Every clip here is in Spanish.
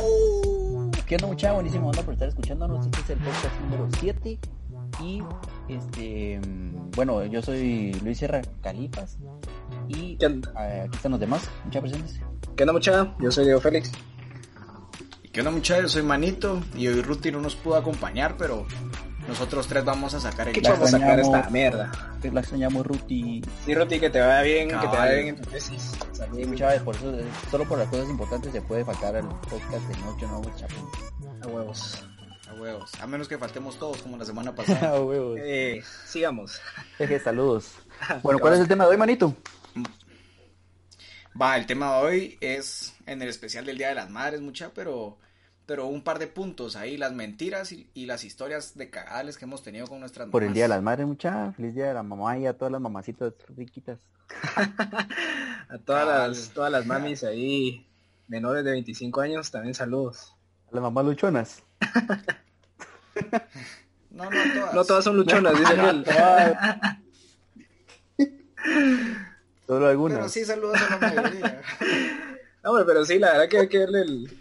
¡Au! ¿Qué onda mucha? Buenísimo onda por estar escuchándonos. Este es el podcast número 7. Y este bueno, yo soy Luis Sierra Calipas. Y ¿Qué onda? eh, aquí están los demás. Muchas presentes. ¿Qué onda mucha? Yo soy Diego Félix. ¿Y ¿Qué onda muchachos? Yo soy Manito y hoy Ruti no nos pudo acompañar, pero nosotros tres vamos a sacar el ¿Qué La vamos a sacar extrañamos. esta mierda? La extrañamos Ruti. Sí, Ruti, que te vaya bien, que te Cabal. vaya bien en tu tesis. Y Saludos, muchas veces por eso, eh, solo por las cosas importantes se puede faltar al podcast de Noche No Chapín. a huevos. A huevos. A menos que faltemos todos como la semana pasada. Ah, Eh, sigamos. Jeje, saludos. Bueno, ¿cuál es el tema de hoy, manito? Va, el tema de hoy es en el especial del Día de las Madres, mucha, pero, pero un par de puntos ahí, las mentiras y, y las historias de cagales que hemos tenido con nuestras Por el mamás. Día de las Madres, mucha. Feliz Día de la Mamá y a todas las mamacitas riquitas. A todas Cabal. las, todas las mamis ahí, menores de 25 años, también saludos. A las mamás luchonas. No, no todas. No todas son luchonas, dice aquel. Solo Pero algunas. sí, saludos a la mayoría. No, hombre, pero sí, la verdad que hay que verle el,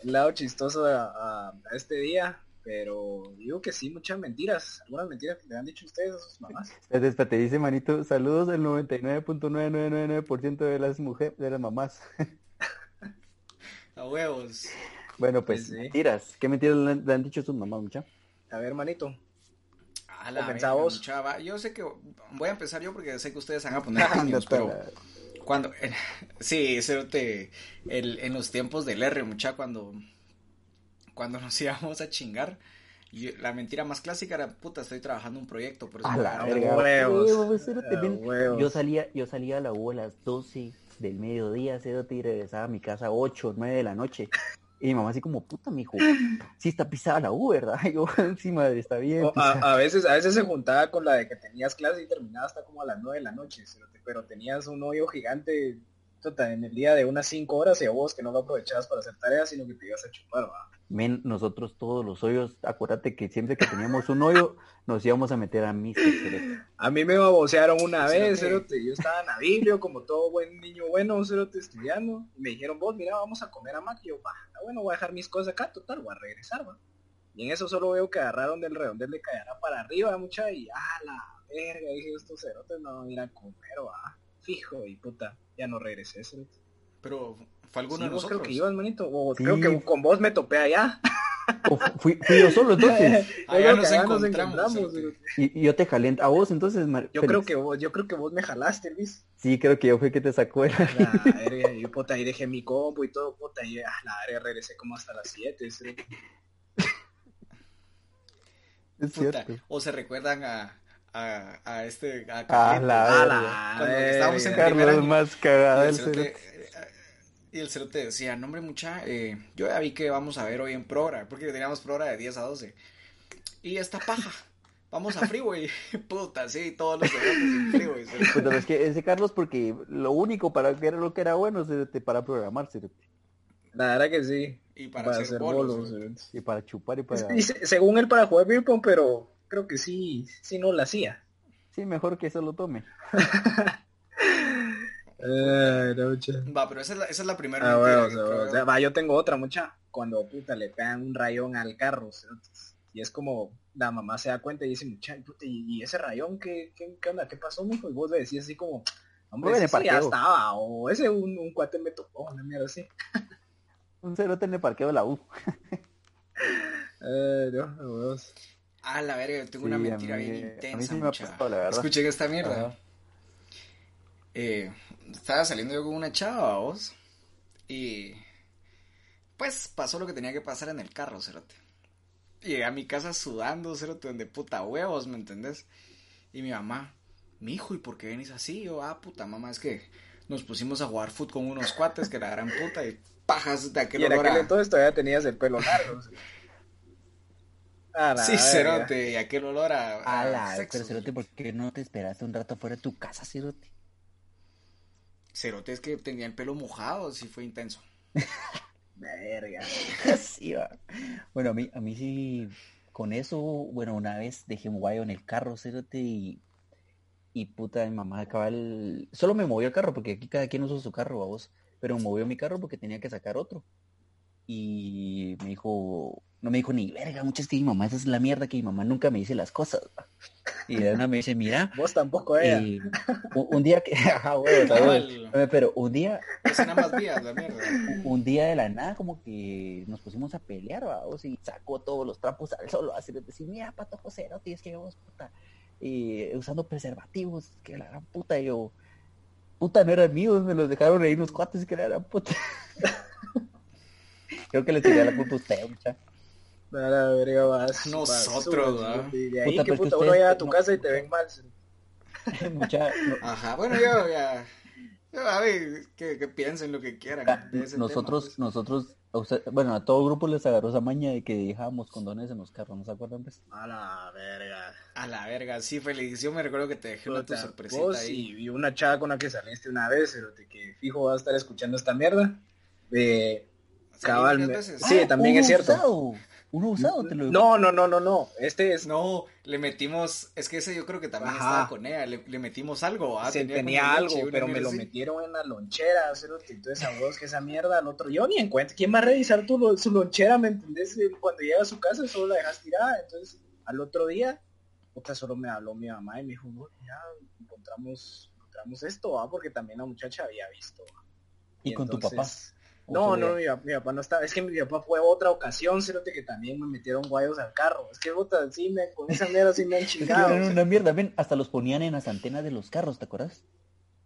el lado chistoso a, a- a este día. Pero digo que sí, muchas mentiras. Algunas mentiras que le han dicho ustedes a sus mamás. Espérate, espérate, dice Manito, saludos del 99.999% de las mujeres, de las mamás. A huevos. Bueno, pues Sí, sí. mentiras. ¿Qué mentiras le han, le han dicho sus mamás, mucha? A ver, manito. A la Comenzá verga, vos. mucha, va. Yo sé que voy a empezar yo porque sé que ustedes van a poner opinions, pero... Cuando, sí, cerote, el- en los tiempos del R, mucha, cuando, cuando nos íbamos a chingar, y la mentira más clásica era, puta, estoy trabajando un proyecto, por eso A me la pagaron". verga. huevos. Huevos, cerote, A Eh, ven. huevos. Yo salía, yo salía a la U a las 12 del mediodía, cerote, y regresaba a mi casa a 8, 9 de la noche. Y mi mamá así como, puta, mijo, sí está pisada la U, ¿verdad? Y yo, sí, madre, está bien. O pisada". a, a veces a veces se juntaba con la de que tenías clase y terminaba hasta como a las 9 de la noche, pero te- pero tenías un hoyo gigante tota, en el día de unas 5 horas y a vos que no lo aprovechabas para hacer tareas, sino que te ibas a chupar. ¿va? Men, nosotros todos los hoyos, acuérdate que siempre que teníamos un hoyo, nos íbamos a meter a misa. cerote. A mí me babosearon una Cerote. vez, cerote, yo estaba en la biblio como todo buen niño bueno, cerote, estudiando, y me dijeron, vos, mira, vamos a comer a Mac, y yo, va, está bueno, voy a dejar mis cosas acá, total, voy a regresar, va. Y en eso solo veo que agarraron del redondel de Cayará para arriba, mucha, y a la verga, dije, estos cerotes no van a ir a comer, va. Fijo, y puta, ya no regresé, cerote. Pero Sí, fue alguno de vos creo nosotros. que ibas, manito, o Sí. creo que con vos me topé allá. O fu- fui, fui yo solo entonces. Yo Allá creo nos que allá encontramos, cerote. cerote. Y, y yo te jalé a vos entonces, Mar- Yo Félix. creo que vos, yo creo que vos me jalaste, Luis. Sí, creo que yo fui que te sacó. de la- La verga, yo puta, ahí dejé mi combo y todo, puta, y a la área regresé como hasta las 7, Es Puta, cierto. o se recuerdan a, a, a este, a A Carlitos, la A verga. Ah, la Cuando estábamos en verga. primer Carlos año. más y cagado el del cerote, cerote. eh, y el cerote decía, no hombre, mucha, eh, yo ya vi que vamos a ver hoy en Prora, porque teníamos Prora de 10 a 12, y esta paja, vamos a Freeway, puta, sí, todos los cerotes en Freeway, cerote. Puta, pero es que ese Carlos porque lo único para que era lo que era bueno cerote, para programar cerote. La verdad que sí. Y para, hacer, bolos. güey. y para chupar y pues, para Y se- según él para jugar beer pong, pero creo que sí, sí no la hacía. sí mejor que eso lo tome pues. Eh, no, mucha. Va, pero esa es la, esa es la primera Ah, mentira huevos, que ah, huevos. creo- Ah, va, yo tengo otra mucha. Cuando puta le pegan un rayón al carro, cerote. y es como la mamá se da cuenta y dice, mucha, puta, y, y ese rayón, ¿qué, qué, qué onda? ¿Qué pasó, mijo? Y vos le decís así como, hombre, Bueno, ese sí ya parqueo. estaba, o ese un, un cuate me tocó, una mierda así. un cerote en el parqueo de la U Eh, no, a huevos. Ah, la verga, yo tengo Sí, una a mentira mí- bien a mí intensa, sí me ha mucha. pasado, la verdad. Escuchen esta mierda. Ajá. Eh, estaba saliendo yo con una chava, vos. Y. Pues pasó lo que tenía que pasar en el carro, cerote. Llegué a mi casa sudando, cerote, de puta huevos, ¿me entendés? Y mi mamá, mi hijo, ¿y por qué venís así? Yo, ah, puta mamá, es que nos pusimos a jugar fútbol con unos cuates que la gran puta y pajas de aquel Y en olor aquel a- entonces todavía tenías el pelo largo. A la Sí, verga. cerote, y aquel olor a, a a la sexo, pero cerote cerote. por qué no te esperaste un rato fuera de tu casa cerote Cerote es que tenía el pelo mojado, sí fue intenso. Verga. Sí, va. Bueno, a mí, a mí sí, con eso, bueno, una vez dejé un guayo en el carro, cerote, y, y puta, mi mamá acaba el... Solo me movió el carro, porque aquí cada quien usa su carro, vos, pero movió mi carro porque tenía que sacar otro. y me dijo, no me dijo ni verga, muchas que mi mamá, esa es la mierda que mi mamá nunca me dice las cosas. va". Y de una me dice, mira, Vos tampoco, ella. eh, un, un día que, ajá, huevo, tal vez. pero un día, Es en ambas vías, la mierda. un día de la nada como que nos pusimos a pelear, vamos, y sacó todos los trapos al solo, así de decir, mira, pato José, no tienes que vos, puta, eh, usando preservativos, que la gran puta, y yo, puta, no eran míos, me los dejaron ahí unos cuates, que la gran puta. Creo que le tiré la culpa a usted, mucha. No, la verga más. Nosotros, basura, ¿verdad? Y de ahí Puta, que pero es que puta, uno ustedes- llega a tu no. casa y te ven mal. mucha no- Ajá, bueno, yo ya. yo, a ver, que, que piensen lo que quieran. de ese Ah, nosotros, pues. tema, pues, nosotros, a usted- bueno, a todo grupo les agarró esa maña de que dejábamos condones en los carros, ¿no se acuerdan? pues? A la verga. pues. A la verga, sí, Félix. Yo me recuerdo que te dejé una tu Puta, sorpresita vos ahí. Y, y una chava con la que saliste una vez, pero te- que fijo va a estar escuchando esta mierda. Eh, ¿Salí cabal. varias me- veces? Sí, ¡Ah, también uno es cierto. Usado, uno usado, te lo No, no, no, no, no. Este es. pues, No, le metimos. Es que ese yo creo que también Ajá. estaba con ella. Le, le metimos algo. ah, se tenía, como algo, leche, una pero me mierda lo así. metieron en la lonchera, cerote, entonces a vos que esa mierda al otro. Yo ni en cuenta, ¿quién va a revisar tu, lo- su lonchera? ¿Me entendés? Eh, Cuando llega a su casa solo la dejas tirada. Entonces, al otro día, puta, solo me habló mi mamá y me dijo, no, ya encontramos, encontramos esto, ah, porque también la muchacha había visto. ah". ¿Y con tu papá? entonces- Pues No, no, mi, pap- mi papá no estaba, es que mi papá fue otra ocasión, cerote, que también me metieron guayos al carro. Es que puta, sí me, con esa mierda sí me han Es que eran chingado. una mierda, ven, hasta los ponían en las antenas de los carros, ¿te acuerdas?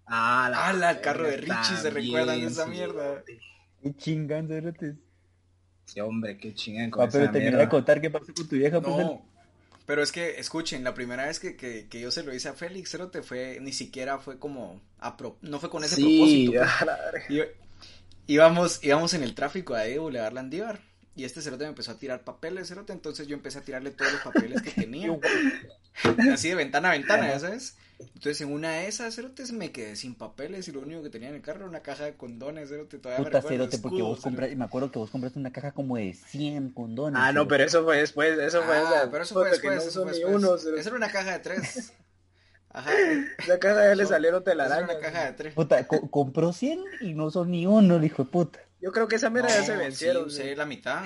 Ah, Ah, la, el carro de verga, Richie, se también, recuerdan esa sí. mierda. Qué chingan, cerotes. Sí, hombre, qué chingada con Ah, pero esa terminé mierda. de contar qué pasó con tu vieja, pues, el- No, pero es que, escuchen, la primera vez que, que, que yo se lo hice a Félix, pero te fue, ni siquiera fue como, a pro- no fue con ese sí, propósito. pues, a la verga. Iba- íbamos, íbamos en el tráfico ahí de Boulevard Landívar. Y este cerote me empezó a tirar papeles, cerote, entonces yo empecé a tirarle todos los papeles que tenía. así de ventana a ventana, ya sabes. Entonces en una de esas, cerote, me quedé sin papeles y lo único que tenía en el carro era una caja de condones, cerote, todavía me Puta recuerdo, cerote, porque escudo, vos cerote. compraste, me acuerdo que vos compraste una caja como de 100 condones. Ah, no, cerote. pero eso fue después, eso fue, Ah, o sea, pero eso fue puta, que después, no eso usó fue ni después. uno, se- Esa era una caja de tres. Ajá. esa caja ya le Eso- salieron Esa era telarañas. una caja de tres. Puta, co- compró 100 y no son ni uno, el hijo de puta. Yo creo que esa mierda ya se No, vencieron. sí, usé la mitad.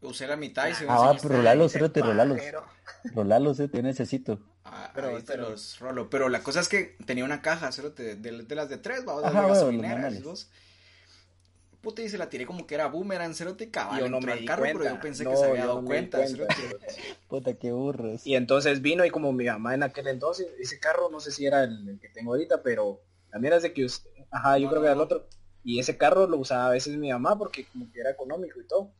Usé la mitad y se Ah, va, vencieron. pero Lalo, cerote, Rolalo. pajero. Rolalo, cerote, yo eh, necesito. Ah, Pero- ahí te pero- los rolo. Pero la cosa es que tenía una caja, cerote, de, de- de las de tres, vamos, Ajá, de huevo, los gasolineras, normales. vos. Puta, y se la tiré como que era boomerang, cerote, y cabal, Yo no Ah, entró me al di carro, pero cuenta. yo pensé No, que se había yo dado no me di cuenta, cuenta, cerote. Puta, qué burros. Y entonces vino y como mi mamá en aquel entonces, ese carro no sé si era el, el que tengo ahorita, pero la mierda es de que us- ajá, yo No, creo no, que era el no. otro. Y ese carro lo usaba a veces mi mamá porque como que era económico y todo.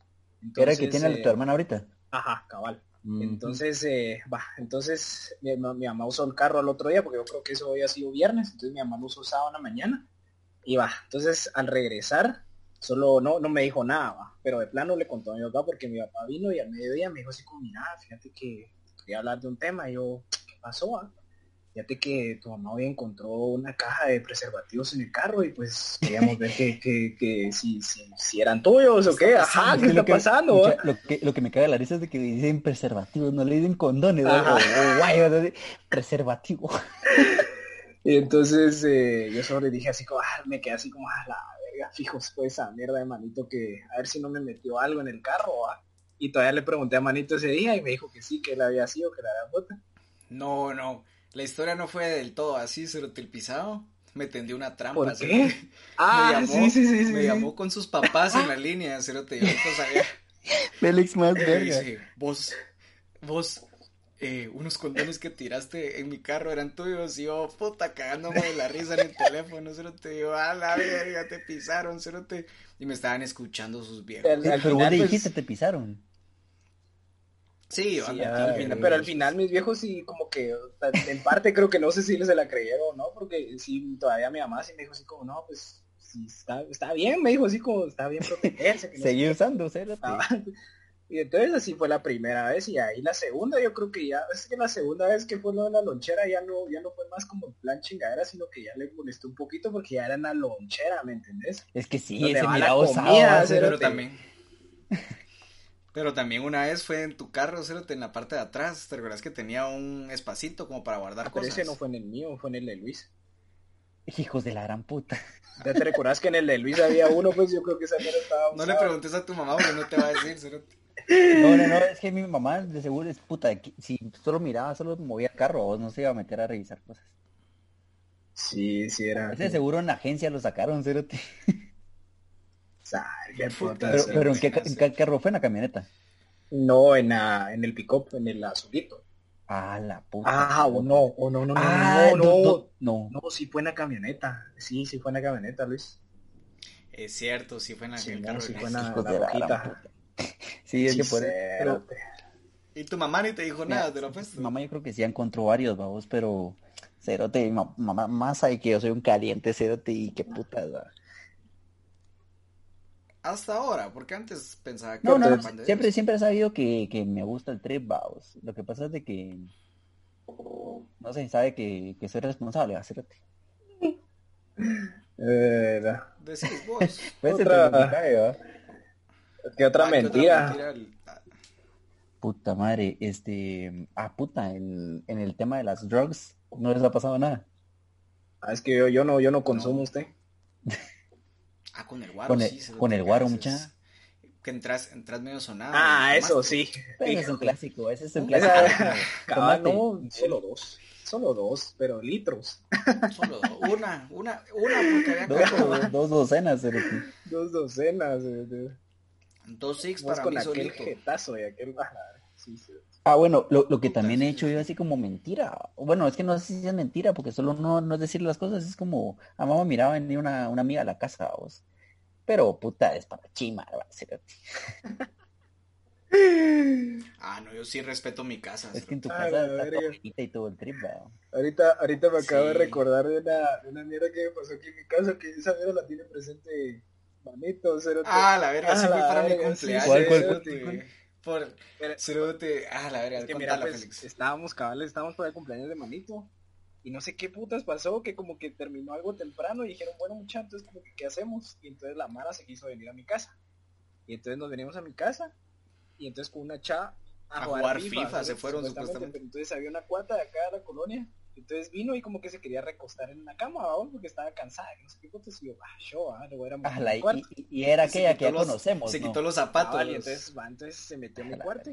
Era el que Entonces, tiene eh, tu hermana ahorita. Ajá, cabal. Mm. Entonces, eh, va, entonces mi, ma- mi mamá usó el carro al otro día, porque yo creo que eso había sido viernes, entonces mi mamá lo usó sábado en la mañana. Y va, entonces al regresar, solo no, no me dijo nada, va, pero de plano le contó a mi papá porque mi papá vino y al mediodía me dijo así como, mira, fíjate que quería hablar de un tema, y yo, ¿qué pasó? va? Fíjate que tu mamá hoy encontró una caja de preservativos en el carro y pues queríamos ver que, que, que si, si, si eran tuyos o qué, eh, ajá, Es ¿qué que lo está que- pasando? eh? va?" mucha- Lo que, lo que me cae la risa es de que dicen preservativos, no le dicen condones, Ajá. o- o guayos, así, preservativo. Y entonces eh, yo solo le dije así como, ah, me quedé así como, ah, la verga, fijos fue esa mierda de manito que a ver si no me metió algo en el carro, ¿va?". Y todavía le pregunté a manito ese día y me dijo que sí, que él había sido, que la era puta. No, no, la historia no fue del todo así, cerote, el pisado. Me tendió una trampa, ¿Por cerote. qué? Ah, me llamó, sí, sí, sí, sí. me sí. llamó con sus papás en la línea, cerote, yo no sabía. Félix más Me verga. dice, vos, vos, eh, unos condones que tiraste en mi carro eran tuyos, y yo, puta, cagándome de la risa en el teléfono, cerote, yo, a la verga, te pisaron, cerote, y me estaban escuchando sus viejos. Al- Sí, al pero vos final, le pues, dijiste, te pisaron. Sí, yo, Sí, a ah, la final, pero verga. al final mis viejos sí como que o sea, en parte creo que no sé si se la creyeron o no, porque sí todavía mi mamá sí me dijo así como, no, pues sí, está, está bien, me dijo así como, está bien protegerse, que no sé Seguí usando, cérate. Ah, Y entonces así fue la primera vez y ahí la segunda yo creo que ya, es que la segunda vez que fue lo de la lonchera ya no, ya no fue más como en plan chingadera, sino que ya le molestó un poquito porque ya era una lonchera, ¿me entendés? Es que sí, No te ese va la mirado comida, osado, cero. cero. pero también, pero también una vez fue en tu carro, cerote, en la parte de atrás, ¿te recuerdas que tenía un espacito como para guardar Ah, Pero cosas? ese no fue en el mío, fue en el de Luis. Hijos de la gran puta. Ya te recordás que en el de Luis había uno, pues yo creo que esa mierda estaba No le usada. preguntes a tu mamá porque no te va a decir, cerote. No, no, no, es que mi mamá de seguro es puta. que Si solo miraba, solo movía el carro, vos no se iba a meter a revisar cosas. Sí, sí, era. Ese seguro en la agencia lo sacaron, cerote. Ay, qué puta, Pero, cerote. pero ¿en, qué, ca- en qué carro fue? En la camioneta. No, en, la- en el pick-up, en el azulito. Ah, la puta. Ah, o no, o no, no, no, Ah, no, no, no, no. no, sí fue en la camioneta. Sí, sí fue en la camioneta, Luis. Es cierto, sí fue en la Sí, el no, carro sí de fue Luis. una- Hijos la de la gran boquita. puta. Sí, es que por pero- Cerote. Y tu mamá ni te dijo Mira, nada, te lo apuesto. Mi mamá yo creo que sí ya encontró varios, babos, pero cerote, mi ma- mamá más sabe que yo soy un caliente, cerote, y qué putas, va. Hasta ahora, porque antes pensaba que No, era no, un pan de siempre, Dios. siempre he sabido que, que me gusta el trip, babos. Lo que pasa es de que, no sé, sabe que, que soy responsable, va, cerote. Eh, da. Decís vos. Pues, Otra- entre lo que cae, va. ¿Qué otra Ah, ¿qué mentira? mentira? ah, Puta madre, este, ah, puta, en, en el tema de las drugs no les ha pasado nada. Ah, es que yo, yo no, yo no consumo usted. Ah, con el guaro, Con el- sí. cerote, con el que guaro, haces- mucha. Que entras, entras medio sonado. Ah, y eso tomaste. sí. Pero ese es un clásico, ese es un Esa- clásico. Cabal, no, Tomate. solo dos. Solo dos, pero litros. Solo do- una, una, una porque había caca, Dos, dos docenas, cerote. Dos docenas. eh, de- Dos six Vos para con mí aquel solito. jetazo y aquel... ah, sí, sí. Ah, bueno, lo, lo que Puta, también he sí, hecho sí. yo así como mentira. Bueno, es que no sé si es mentira, porque solo no, no es decir las cosas, es como, a mamá miraba venir una, una amiga a la casa, vos. Pero puta, es para chimar, va, cerote. Ah, no, yo sí respeto mi casa. Es que en tu Ah, casa la está tu verga. abuelita y todo el trip, va. Ahorita, ahorita me acabo de Sí. recordar de una, de una mierda que me pasó aquí en mi casa, que esa mierda la tiene presente Manito, cero Ah, la verga, Ah, sí fue la para mi verga, cumpleaños. sí, ¿Cuál, cuál, cerote, cuál, güey. Por Pero- cerote. Ah, la verga, Es que mira, contala, pues, Félix. estábamos cabales, estábamos para el cumpleaños de Manito. Y no sé qué putas pasó, que como que terminó algo temprano y dijeron, bueno muchachos, entonces como que, ¿qué hacemos? Y entonces la Mara se quiso venir a mi casa. Y entonces nos venimos a mi casa y entonces con una chava A jugar FIFA, se fueron, supuestamente. pero Entonces había una cuata de acá de la colonia. Entonces vino y como que se quería recostar en una cama, ¿va? porque estaba cansada, y no sé qué putas, y yo, ah, yo, ah, le voy a ir a meter Ah, a mi la- y, cuarto. y- y era Se aquella que quitó ya los- conocemos, Se ¿no? quitó los Ah, zapatos. vale, entonces, va, entonces se metió en mi A la cuarto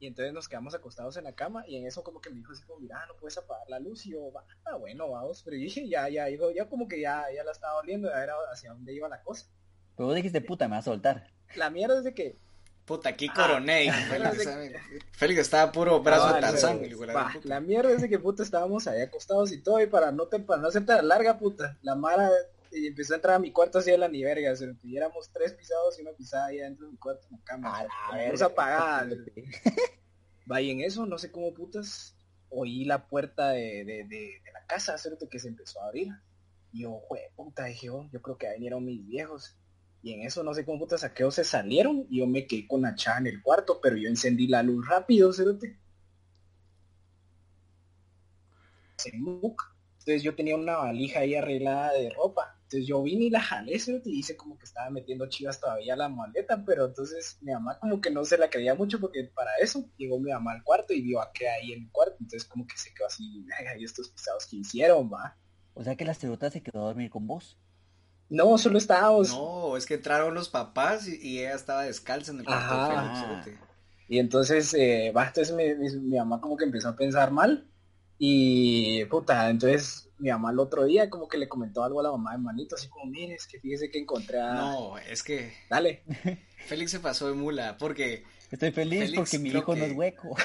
y entonces nos quedamos acostados en la cama y en eso como que me dijo así como, mira, no puedes apagar la luz y yo, va, ah, bueno, vamos, pero yo dije, ya, ya, digo, ya como que ya, ya la estaba oliendo, ya era hacia dónde iba la cosa. Pero vos dijiste, puta, me va a soltar. La mierda es de que, Puta, aquí Ah, coroné. hijo, la Félix, verga. ¿sabe? Félix estaba puro brazo de Cabal, Tarzán. pero, el hijo de la Ah, va, gran puta. la mierda es de que puta estábamos ahí acostados y todo y para no, te- para no hacerte la larga puta, la mara eh, empezó a entrar a mi cuarto así de la ni verga, si tuviéramos tres pisados y una pisada ahí adentro de mi cuarto en la Ah, cama. A con la la luz verga. apagada, Va, y en eso, no sé cómo putas, oí la puerta de, de- de- de la casa, ¿cierto? Que se empezó a abrir. Y yo, jue, puta, dije "Oh, yo, yo creo que ahí vinieron mis viejos. Y en eso, no sé cómo putas, saqueos se salieron y yo me quedé con la chava en el cuarto, pero yo encendí la luz rápido, ¿cierto? Entonces yo tenía una valija ahí arreglada de ropa. Entonces yo vine y la jalé, cerote, y hice como que estaba metiendo chivas todavía a la maleta, pero entonces mi mamá como que no se la creía mucho porque para eso llegó mi mamá al cuarto y vio a que ahí en el cuarto. Entonces como que se quedó así, "Ay, ¿y estos pisados que hicieron, va? O sea que la cerota se quedó a dormir con vos. No, solo estábamos. No, es que entraron los papás y, y ella estaba descalza en el cuarto de Ajá. Félix. cerote. Y entonces, eh, va, entonces mi, mi- mi mamá como que empezó a pensar mal. Y puta, entonces mi mamá el otro día como que le comentó algo a la mamá de manito, así como, mire, es que fíjese que encontré a... No, es que Dale. Félix se pasó de mula porque Estoy feliz Félix, porque mi creo hijo no que- es hueco.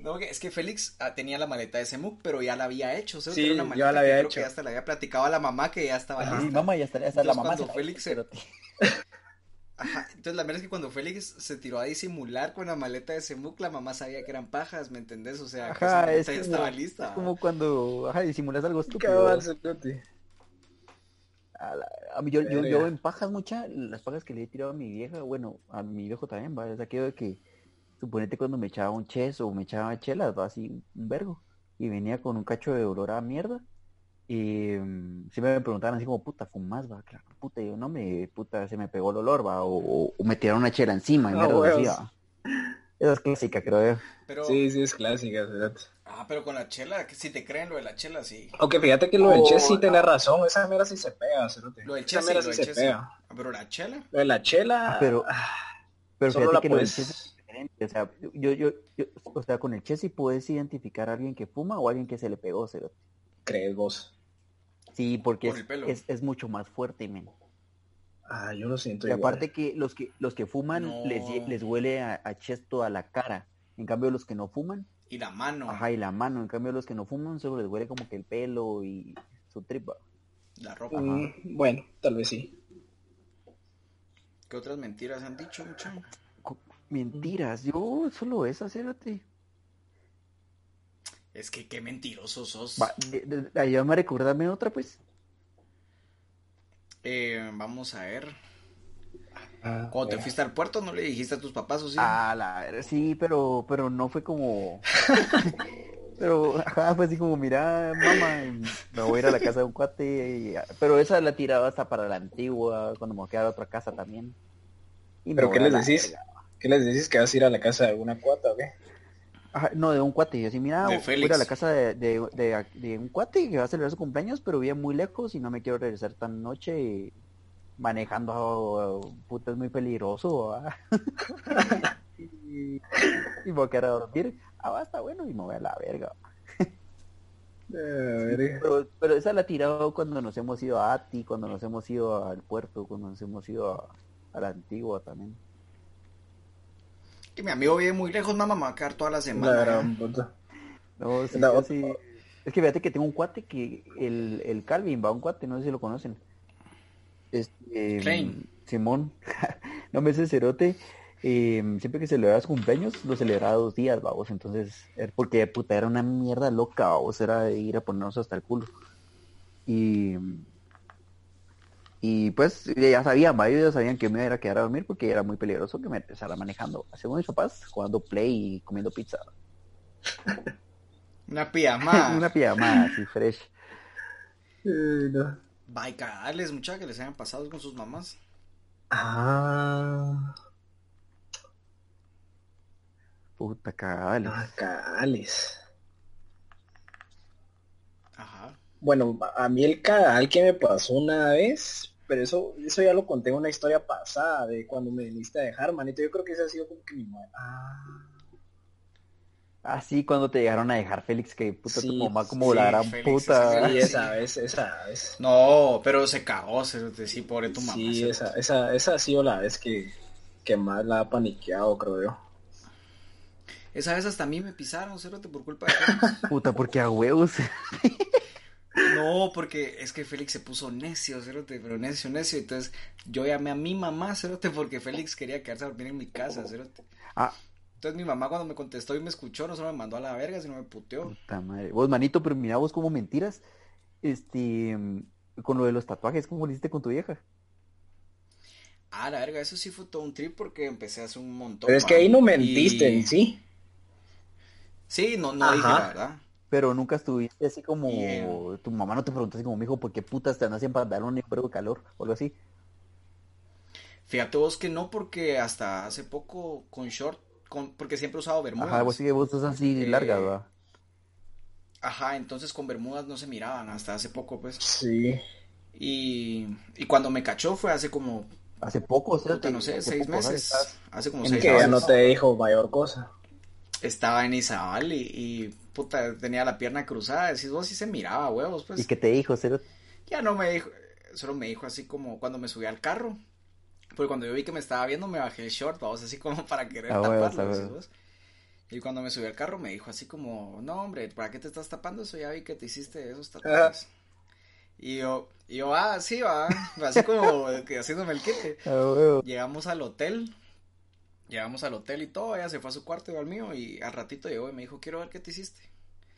No, que- es que Félix ah, tenía la maleta de Semuc, pero ya la había hecho. o sea, Sí, era una yo la maleta que había creo hecho. que hasta le había platicado a la mamá que ya estaba Y mi lista. mamá ya está, hasta la Entonces, mamá se cuando la- Félix se- cerote. Ajá, Entonces la verdad es que cuando Félix se tiró a disimular con la maleta de Semuc, la mamá sabía que eran pajas, ¿me entendés? O sea, que esa Ajá, es maleta ya como- estaba lista. Es como cuando ajá, disimulas algo estúpido. Cabal, cerote. A la- a mí, yo, yo, Verga. yo en pajas mucha, las pajas que le he tirado a mi vieja, bueno, a mi viejo también, ¿va? Es aquello de que, suponete cuando me echaba un ches o me echaba chelas, ¿va? Así, un vergo, y venía con un cacho de olor a mierda, y mm, siempre me preguntaban así como, puta, fumas, va, claro, puta, y yo, no me, puta, se me pegó el olor, va, o, o- o me tiraron una chela encima, y Ah, mierda, así, huevos. va. Esa es clásica, creo yo. Pero, Sí, sí, es clásica, cerote. ah, pero con la chela, que si te creen lo de la chela, sí. Aunque fíjate que lo del Oh, Chess sí no. tenés razón, esa mera sí se pega, cerote. Lo del Esa chela, sí, mera lo sí del se chela, sí. pega. Ah, Pero la chela, Lo de la chela, Ah, pero- ah, Pero solo fíjate la que lo del puedes... chess es diferente. O sea, yo, yo, yo, o sea, con el chess sí puedes identificar a alguien que fuma o a alguien que se le pegó, cerote. ¿Crees vos? Sí, porque Por es, el pelo. es, es mucho más fuerte, men. Ah, yo lo siento Y igual. aparte que los que los que fuman les, lle- No. les huele a, a chess toda la cara. En cambio los que no fuman, y la mano, ajá, y la mano. En cambio los que no fuman solo les huele como que el pelo y su tripa. la ropa. Mm, bueno, tal vez sí. ¿Qué otras mentiras han dicho, muchacho? Co- Mentiras, yo solo esa, cérate. Es que qué mentiroso sos. Va, de- de- de- ayúdame a recordarme otra, pues. Eh, vamos a ver. Ah, Cuando eh. te bueno. fuiste al puerto, ¿no le dijiste a tus papás o sí? Ah, la ver- sí, pero, pero no fue como. pero, ajá, fue así como, mira, mamá, me voy a ir a la casa de un cuate. y- ah, pero esa la tiraba hasta para la antigua, cuando me voy a quedar a otra casa también. Y me ¿Pero voy qué a les la decís? verga. ¿Qué les decís que vas a ir a la casa de una cuata o qué? Eh, Ajá, no, de un cuate. Yo así, mira, De voy a ir Félix. a la casa de, de- de- de un cuate que va a celebrar su cumpleaños, pero vive muy lejos y no me quiero regresar tan noche. y manejando, puta, es muy peligroso. ¿va? Eh, Y me voy a quedar a dormir. Ah, va, está bueno y me voy a la verga. a ver, eh, Pero, pero esa la ha tirado cuando nos hemos ido a Ati, cuando nos hemos ido al puerto, cuando nos hemos ido a, a la antigua también. Que mi amigo vive muy lejos, mamá, me va a quedar toda la la semana. gran puta. No, sí, La yo otra- sí. Es que fíjate que tengo un cuate que, el, el Calvin, va un cuate, no sé si lo conocen. Este, Klein. Simón, no me sé cerote. eh, siempre que celebraba sus cumpleaños, lo celebraba dos días, vamos. Entonces, era porque puta, era una mierda loca, vamos. Era de ir a ponernos hasta el culo. Y, y pues ya sabían, ¿va? ellos ya sabían que me iba a ir a quedar a dormir porque era muy peligroso que me empezara manejando. Según mis papás, jugando play y comiendo pizza. Una pijamada. una pijamada así fresh. Eh, no. Va y cagarles, muchachos, que les hayan pasado con sus mamás. Ah, Puta cagada. ah, cales. Ajá. Bueno, a mí el cagal que me pasó una vez, pero eso, eso ya lo conté en una historia pasada de cuando me viniste a dejar, manito. Yo creo que ese ha sido como que mi ma- Ah, Así Ah, cuando te llegaron a dejar Félix, que puta Sí, tu mamá como sí, la gran Félix, puta. Ah, sí, sí. esa vez, esa vez. No, pero se cagó, cerote, sí, pobre tu mamá. Sí, cerote. esa, esa, esa ha sido la vez que, que más la ha paniqueado, creo yo. Esa vez hasta a mí me pisaron, cerote, por culpa de Félix. Puta, porque a huevos. No, porque es que Félix se puso necio, cerote, pero necio, necio. Entonces yo llamé a mi mamá, cerote, porque Félix quería quedarse a dormir en mi casa, cerote. Ah, Entonces mi mamá cuando me contestó y me escuchó, no solo me mandó a la verga, sino me Mm. puteó. puta madre. Vos, manito, pero mira vos como mentiras. Este, mm, con lo de los tatuajes, ¿cómo lo hiciste con tu vieja? Ah, la verga, eso sí fue todo un trip porque empecé a hacer un montón. Pero es que man, ahí no y- mentiste en sí. Sí, no, no dije Ajá. la verdad. Pero nunca estuviste así como, Bien. tu mamá no te preguntó así como, mijo, ¿por qué putas te andas en pantalón y un de calor? O algo así. Fíjate vos que no, porque hasta hace poco con short, con, porque siempre he usado bermudas. Ajá, vos sí que vos estás así Eh, larga, ¿va? Ajá, entonces con bermudas no se miraban hasta hace poco, pues. Sí. Y, y cuando me cachó fue hace como, Hace poco, o sea, puta, te- no sé, hace seis poco, ajá, meses. estás- Hace como en seis Que ya Isabel. no meses. te dijo mayor cosa. Estaba en Izabal y, y, puta, tenía la pierna cruzada. Decís vos, sí se miraba, huevos, pues. ¿Y qué te dijo, cero? Ya no me dijo, solo me dijo así como cuando me subí al carro. Porque cuando yo vi que me estaba viendo, me bajé el short, vamos, así como para querer Ah, huevos, taparlo, ah, decís huevos. vos. Y cuando me subí al carro, me dijo así como, no, hombre, ¿para qué te estás tapando eso? Ya vi que te hiciste esos tatuajes. Y yo, y yo, ah, sí, va, así como que haciéndome el quite. Ah, huevo. Llegamos al hotel, llegamos al hotel y todo, ella se fue a su cuarto, yo al mío, y al ratito llegó y me dijo, quiero ver qué te hiciste.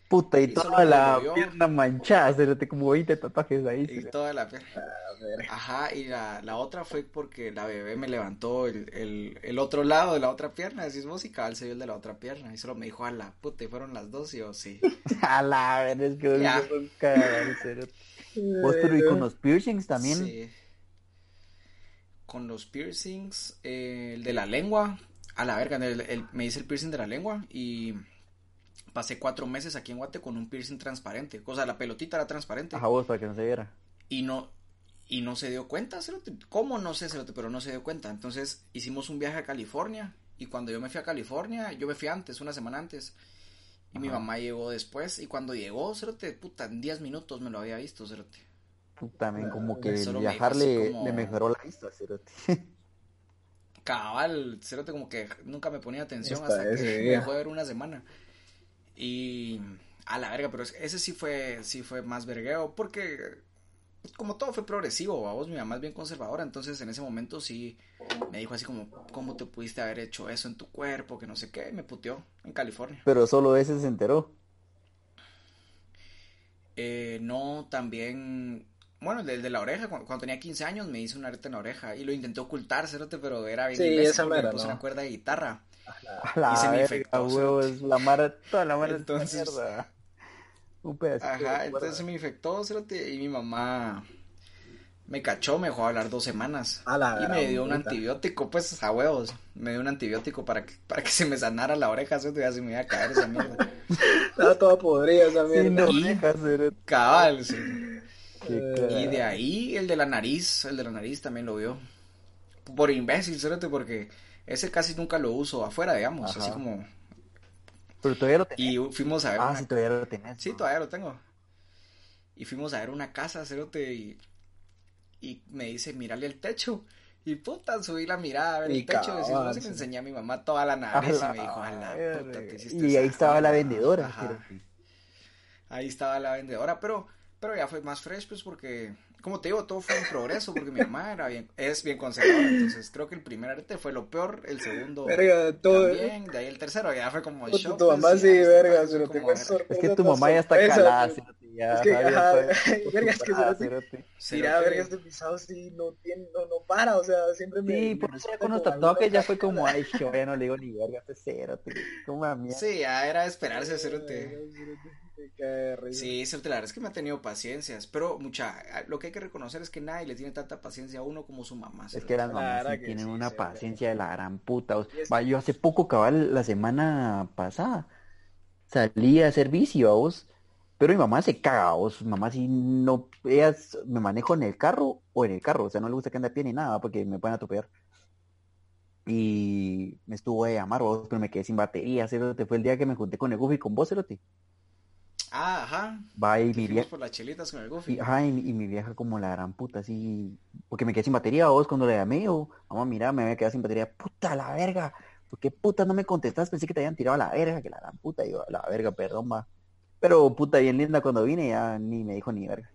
Puta, y Y solo toda me la movió. pierna manchada, cerote, como 20 tatuajes ahí. Y cerote. toda la piel. Ah, A ver. Ajá, y la, la otra fue porque la bebé me levantó el, el, el otro lado de la otra pierna, decís vos, y cabal se vio el de la otra pierna, y solo me dijo, a la puta, y fueron las dos, y yo, sí. A la verga, es que vos Ya. sos un cagado, cerote. Vos, Eh, pero y con los piercings también. Sí. Con los piercings, eh, el de la lengua, A la verga, el- el- me hice el piercing de la lengua y pasé cuatro meses aquí en Guate con un piercing transparente. O sea, la pelotita era transparente. Ajá, vos, para que no se viera. y no y no se dio cuenta, cerote. ¿Cómo? No sé, cerote, pero no se dio cuenta. Entonces hicimos un viaje a California y cuando yo me fui a California, yo me fui antes, una semana antes. Y mi Ajá. mamá llegó después y cuando llegó, cerote, puta, en 10 minutos me lo había visto, cerote. También como que el Solo me dijo viajar así le, como- le mejoró la vista, cerote. Cabal, cerote, como que nunca me ponía atención Hasta hasta, que ese me día. dejó de ver una semana. Y a la verga, pero es- ese sí fue, sí fue más vergueo, porque pues, como todo fue progresivo, vamos, mi mamá es bien conservadora, entonces en ese momento sí me dijo así como, ¿cómo te pudiste haber hecho eso en tu cuerpo? Que no sé qué, y me puteó en California. Pero solo ese se enteró. Eh, no, también, bueno, el de, el de la oreja, cu- cuando, tenía 15 años me hice una areta en la oreja y lo intenté ocultar, cerote, pero era bien Sí, imbécil esa porque mera, me puse ¿no? una cuerda de guitarra. A la Y se me verga, infectó, huevos, la mara, toda la mara Entonces- Entonces... mierda. Un pedacito de Ajá, entonces se cuerda. me infectó, cerote, y mi mamá me cachó, me dejó hablar dos semanas. A la Y me gran dio un puta. antibiótico, pues, a huevos. Me dio un antibiótico para que, para que se me sanara la oreja, cerote, y así me iba a caer esa mierda. Estaba toda podrida esa Sí, mierda. no, Y- deja, Eh, cerote. Cabal, cerote. Qué Y cagada. de ahí, el de la nariz, el de la nariz también lo vio. Por imbécil, cerote, porque ese casi nunca lo uso afuera, digamos, Ajá. así como... Pero todavía lo tenés. Y fuimos a ver Ah, una sí, todavía lo tenés. Sí, ¿no? todavía lo tengo. Y fuimos a ver una casa, cerote, y, y me dice, mírale el techo. Y puta, subí la mirada a ver Y el techo. Y si no cabal, se le sí. enseñé a mi mamá toda la A nariz. Y la me dijo, a la puta, verga. te hiciste Y ahí esa estaba la joda". vendedora. Ajá, cerote. ahí estaba la vendedora, pero, pero ya fue más fresh, pues, porque, como te digo, todo fue un progreso, porque mi mamá era bien, es bien conservadora. Entonces, creo que el primer arte fue lo peor, el segundo Verga, todo. también, de ahí el tercero ya fue como Puta, shock, tu pues, mamá y sí, ya, esta verga, madre se fue lo como, tocó "Verga". Es que tu Otra mamá ya está sorpresa, calada, pero- cerote, ya, es que, Javi, ya ajá, está verga, es que Ah, acostumbrada, cerote. cerote. Mira, Cerote, verga, este pisado sí no tiene, no, no para, o sea, siempre me. Sí, me por eso ya suena con los como tatuajes ya alguna fue como, ay, yo ya no le digo ni verga, este cerote. Como a mierda. Sí, ya era esperarse, Ay, cerote. Dios, cerote, me cae de risa. Sí, cerote, la verdad es que me ha tenido paciencias, pero mucha, lo que hay que reconocer es que nadie le tiene tanta paciencia a uno como su mamá. Es cerote. que las La mamás verdad sí que tienen sí, una sí, la paciencia de la gran puta. o sea, Y es- va, yo hace poco, cabal, la semana pasada, salí a hacer bici, ¿va vos. Pero mi mamá se caga, vos. Mi mamá sí no, ella s- me manejo en el carro o en el carro, o sea, no le gusta que ande a pie ni nada, porque me pueden atropellar. Y me estuvo a llamar, vos, pero me quedé sin batería, cerote. Fue el día que me junté con el Goofy, con vos, cerote. Ah, ajá. Va y Que mi fuimos vieja, por las chelitas con el Goofy. y, ajá, y, mi- y mi vieja como la gran puta, así, porque me quedé sin batería, vos, cuando le llamé, o, mamá, mira, me había quedado sin batería, puta la verga, ¿por qué puta no me contestas? Pensé que te habían tirado a la verga, que la gran puta, y yo, "A la verga, perdón, ma. Pero puta bien linda cuando vine, ya ni me dijo ni verga.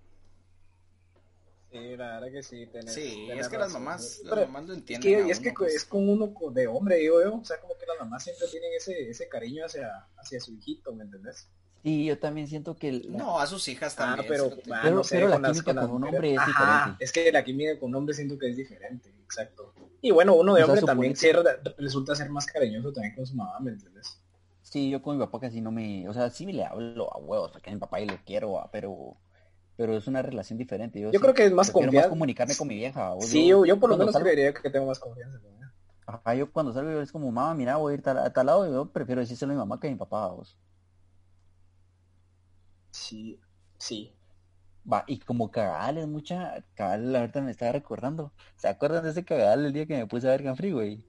Sí, la verdad que sí, tenés, Sí, tenés es que las razón, mamás, ¿no? las Pero mamás lo es entienden. que, a es que uno, pues. es con uno co- de hombre, digo yo, o sea, como que las mamás siempre tienen ese, ese cariño hacia, hacia su hijito, ¿me entendés? Sí, yo también siento que... el- No, a sus hijas Ah, también. pero, cerote. ah, Pero- no sé, pero la con las- química con las con un mujeres- hombre es Ajá, diferente. es que la química con un hombre siento que es diferente, exacto. Y bueno, uno de O sea, hombre suponete- también sí re- resulta ser más cariñoso también con su mamá, ¿me entiendes? Sí, yo con mi papá casi no me... O sea, sí le hablo a huevos, porque es mi papá y lo quiero, va, pero... Pero es una relación diferente. Yo, Yo creo que es más prefiero confianza. comunicarme con mi vieja. vos, Sí, yo, yo por lo cuando menos salgo- creería que tengo más confianza con ella. Ajá, yo cuando salgo yo es como, mamá, mira, voy a ir tal- a tal lado, yo prefiero decírselo a mi mamá que a mi papá, vos. Sí, sí. Va, y como cagadal es mucha, cagadal ahorita me estaba recordando. ¿Se acuerdan de ese cagadal el día que me puse a ver Canfree, güey?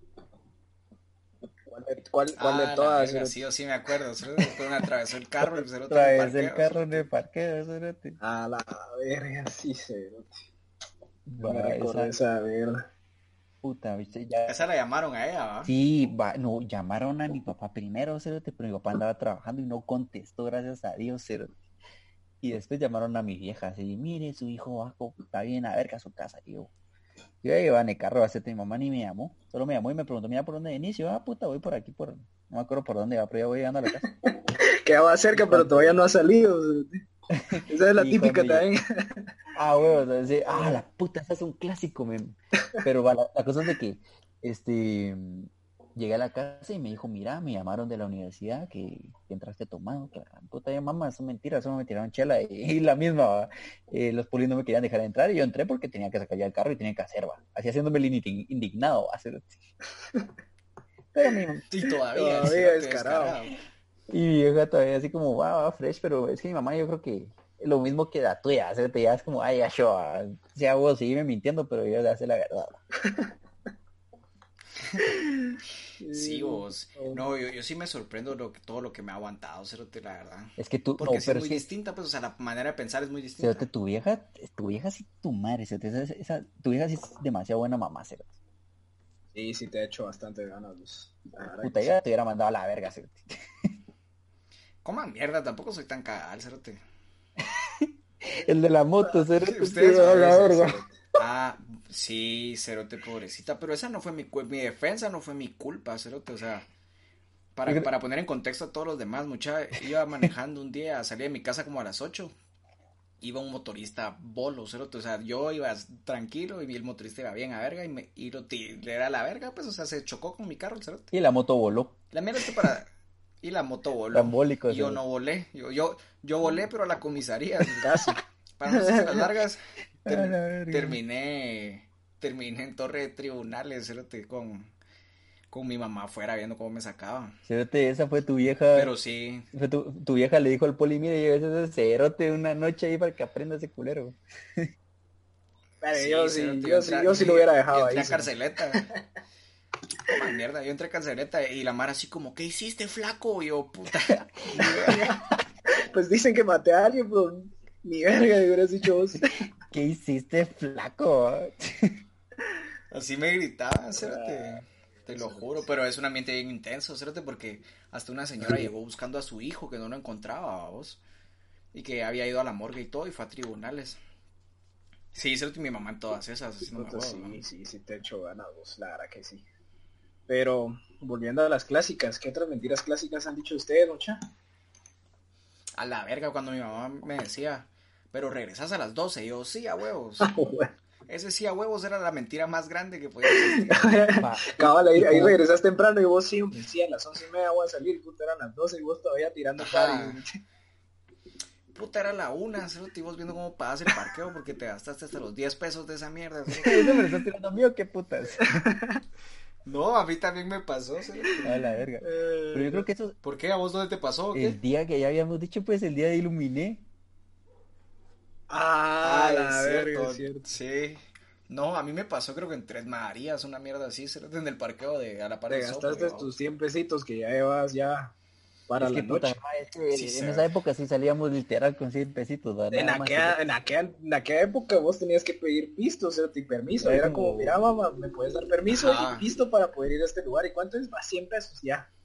¿Cuál de, cuál, cuál Ah, de la todas? verga, cerote? sí, yo sí me acuerdo. cerote, Después me atravesó el carro, el cerote en el Traes el parqueo, carro en el parqueo, cerote. A la verga, sí, cerote. Va, No me recuerdo esa esa verga. puta, viste, ya. Esa la llamaron a ella, ¿va? Sí, va, no, llamaron a mi papá primero, cerote, pero mi papá andaba trabajando y no contestó, gracias a Dios, cerote. Y después llamaron a mi vieja, así, mire, su hijo bajo, está bien, a ver, que a su casa, y yo. Yo ya llevaba en el carro, hacerte mi mamá ni me llamó, solo me llamó y me preguntó, mira, ¿por dónde venís? Y yo, ah, puta, voy por aquí, por, no me acuerdo por dónde va, pero ya voy llegando a la casa. Quedaba cerca, pero todavía no ha salido. cerote. Esa es la Y típica cuando también. Ah, huevo, o sea, sí, ah, la puta, ese es un clásico, men. Pero va, la, la cosa es de que, este, mm, llegué a la casa y me dijo, mira, me llamaron de la universidad, que, que entraste tomado, que la gran puta, ya mamá, son mentiras, solo me tiraron chela, y, y la misma, va, eh, los polis no me querían dejar entrar, y yo entré porque tenía que sacar ya el carro y tenía que hacer, va, así haciéndome el indi- indignado, va, hacer- Pero mi, Y todavía, Todavía cerote, descarado. y mi vieja todavía así como, va, va, fresh, pero es que mi mamá yo creo que lo mismo que la tuya, se te es como, ay, ya yo, ah, sea vos, seguime mintiendo, pero yo ya sé la verdad. Sí, vos. Oh. No, yo, yo sí me sorprendo lo que- todo lo que me ha aguantado, cerote, la verdad. Es que tú, Porque no, sí pero es muy sí- distinta, pues, o sea, la manera de pensar es muy distinta. Cerote, tu vieja, tu vieja sí, tu madre, cerote, esa, esa- tu vieja sí es demasiado buena mamá, cerote. Sí, sí te ha hecho bastante ganas, vos. La verdad Puta, que yo ya te hubiera mandado a la verga, cerote. Coma mierda, tampoco soy tan cagal, cerote. El de la moto, cerote, te Ustedes iba a la merecen, verga. cerote. Ah, sí, cerote, pobrecita. Pero esa no fue mi, cu- mi defensa, no fue mi culpa, cerote. O sea, para, Yo creo- para poner en contexto a todos los demás, mucha, iba manejando un día, salí de mi casa como a las 8. Iba un motorista bolo, cerote. O sea, yo iba tranquilo y el motorista iba bien a verga y, me, y lo tiré a la verga, pues, o sea, se chocó con mi carro, el cerote. Y la moto voló, La mierda es que para. Y la moto voló. Trambólico, Y Pues yo sí. no volé. Yo, yo, yo Mm. volé, pero a la comisaría. Casi. Para no hacer las largas, ter- A la verga. terminé, terminé en torre de tribunales, cerote, con, con mi mamá afuera viendo cómo me sacaban. cerote, esa fue tu vieja. Eh. Pero sí, Fue Tu, tu vieja le dijo al poli, mire, yo ese es cerote una noche ahí para que aprenda ese culero. Vale, sí, yo sí, cerote, yo yo sí, entra- yo sí lo hubiera dejado yo ahí. entré sí. a carceleta. Toma mierda, yo entré a carceleta y la mara así como, ¿qué hiciste, flaco? Y yo, puta. Pues dicen que maté a alguien, pero ni verga, me hubieras dicho vos. ¿Qué hiciste, flaco? Así me gritaban, cerote. Te lo juro, pero es un ambiente bien intenso, cerote, porque hasta una señora llegó buscando a su hijo que no lo encontraba, vos. Y que había ido a la morgue y todo y fue a tribunales. Sí, cerote, y mi mamá en todas esas, así no me Puta, acuerdo, pues sí, sí, sí te echo ganas vos, la verdad que sí. Pero, volviendo a las clásicas, ¿qué otras mentiras clásicas han dicho ustedes, mucha? A la verga cuando mi mamá me decía, pero regresas a las 12, y yo, sí, a huevos. Oh, Ese sí a huevos era la mentira más grande que podía existir. Pa- Cabal, ahí, Y ahí como- regresas temprano y vos sí, hombre, sí, a las once y media voy a salir, puta, eran las 12 y vos todavía tirando Ajá. party. Puta, era la una, cerote, y vos viendo cómo pagas el parqueo porque te gastaste hasta los 10 pesos de esa mierda. cerote. Ese me lo está tirando mío, qué putas. No, a mí también me pasó, cerote. A la verga. Pero yo creo que eso, ¿Por qué? ¿A vos dónde te pasó o qué? Eh, el día que ya habíamos dicho, pues el día de Iluminé. Ah, la es verga, cierto. es cierto. Sí. No, a mí me pasó creo que en Tres Marías, una mierda así, cerote, en el parqueo de a la par Te de gastaste tus 100 pesitos que ya llevas ya para Es la que, puta, noche. ma, es que Sí, en se esa ve. época sí salíamos literal con 100 pesitos. ¿verdad? En Nada más, aquella, en, aquella, en aquella época vos tenías que pedir pisto, o sea, y permiso. Era Era como, como- mira mamá, me puedes dar permiso Ajá. y pisto para poder ir a este lugar. ¿Y cuánto es? Va 100 pesos ya.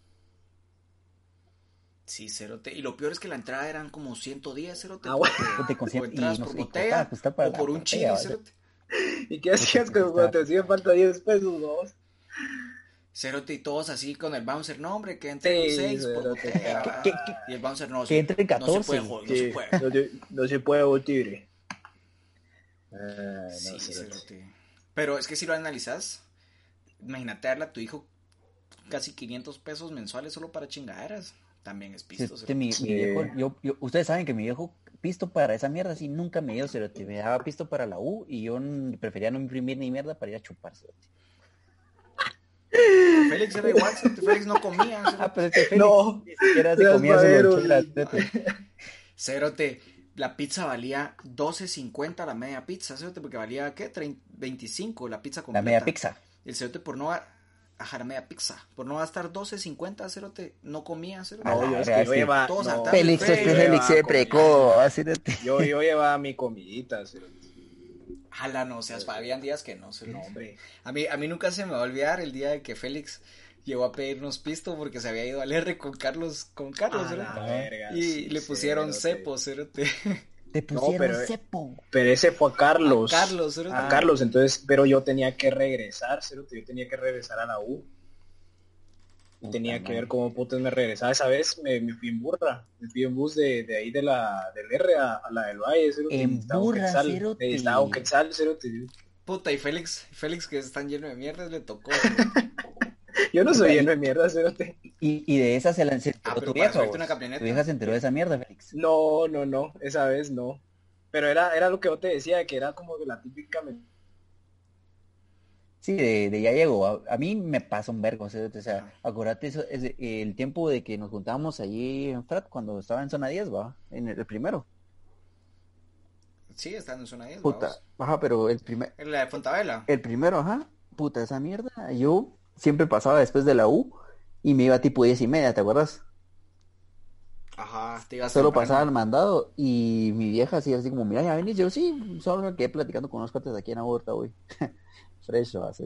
Sí, cerote. Y lo peor es que la entrada eran como 110, cerote. Ah, bueno. Puta, con O 100 y entradas nos- eh, por y costaba- botella costaba para o la por un botella, chile, ¿verdad? cerote. ¿Y qué hacías Puta, cuando está- te hacían falta 10 pesos vos? Cerote y todos así con el bouncer, no hombre, que entre Sí, 6 por cerote, botella. cabal. ¿Qué- qué- Y el bouncer ah, no, que entre no se 14. puede, joder, no se Sí, puede. no se- No se puede vos, tigre. Ah, no, Sí, cerote. cerote. Pero es que si lo analizas, imagínate darle a tu hijo casi 500 pesos mensuales solo para chingaderas. También es Sí, pisto, es que cerote. mi, Sí. mi viejo, yo, yo- ustedes saben que mi viejo pisto para esa mierda sí nunca me dio cerote, me daba pisto para la U y yo n- prefería no imprimir ni mierda para ir a chupar cerote. Félix era igual, cerote, Félix no comía. cerote. Ah, pero es que Félix No, ni siquiera se seas comía su madero, lonchera, güey. cerote. Cerote, la pizza valía 12.50 la media pizza, cerote, porque valía, ¿qué? 30 25 la la pizza Ah, completa. media pizza. El cerote por no... ga- Ajá, la media pizza. Por no gastar 12.50, cerote, no comía, cerote. A la No, yo es verga, que yo sí. llevaba- Todos no, saltaban. Félix, este Félix, es yo el llevaba de comida. precoz, cerote. Yo, yo llevaba mi comidita, cerote. Jala, no Eh, seas, pa- habían días que no, cerote. No, hombre. A mí, a mí nunca se me va a olvidar el día de que Félix llegó a pedirnos pisto porque se había ido al R con Carlos, con Carlos, A Ah, la cerote. verga, Y sí, le pusieron cerote. cepo, cerote. Te pusieron pero, eh, cepo. Pero ese fue a Carlos. Carlos, Ah. cerote. a Carlos, entonces, pero yo tenía que regresar, cerote, yo tenía que regresar a la U. Y Puta tenía que madre. ver cómo putas me regresaba. Esa vez me, me fui en burra, me fui en bus de, de ahí de la, del R a, a la del Valle, cerote, En y estaba un burra, quetzal, cerote. eh, estaba un quetzal, cerote. Puta, y Félix, Félix que es tan lleno de mierdas, le tocó. cerote. Yo no soy lleno de mierda, cerote. Y, y de esa se la se Ah, enteró pero tu para vieja. subirte vos. una camioneta. Tu vieja se enteró de esa mierda, Félix. No, no, no, esa vez no. Pero era, era lo que yo te decía, que era como que la típica... me- Sí, de, de ya llego. A, a mí me pasa un vergo, o sea, o sea, acuérdate, eso, es de- el tiempo de que nos juntábamos allí en Frat cuando estaba en zona 10, va, en el, el primero. Sí, estando en zona 10. Puta, Eh, vamos. ajá, pero el primer, La de Fontavela. el primero, ajá, puta, esa mierda, yo siempre pasaba después de la U y me iba tipo 10 y media, ¿te acuerdas? Ajá, te ibas Solo temprano. pasaba el mandado y mi vieja así, así como, mira, ya venís, yo sí, solo me quedé platicando con unos cuates aquí en Aborta hoy. Fresco, así.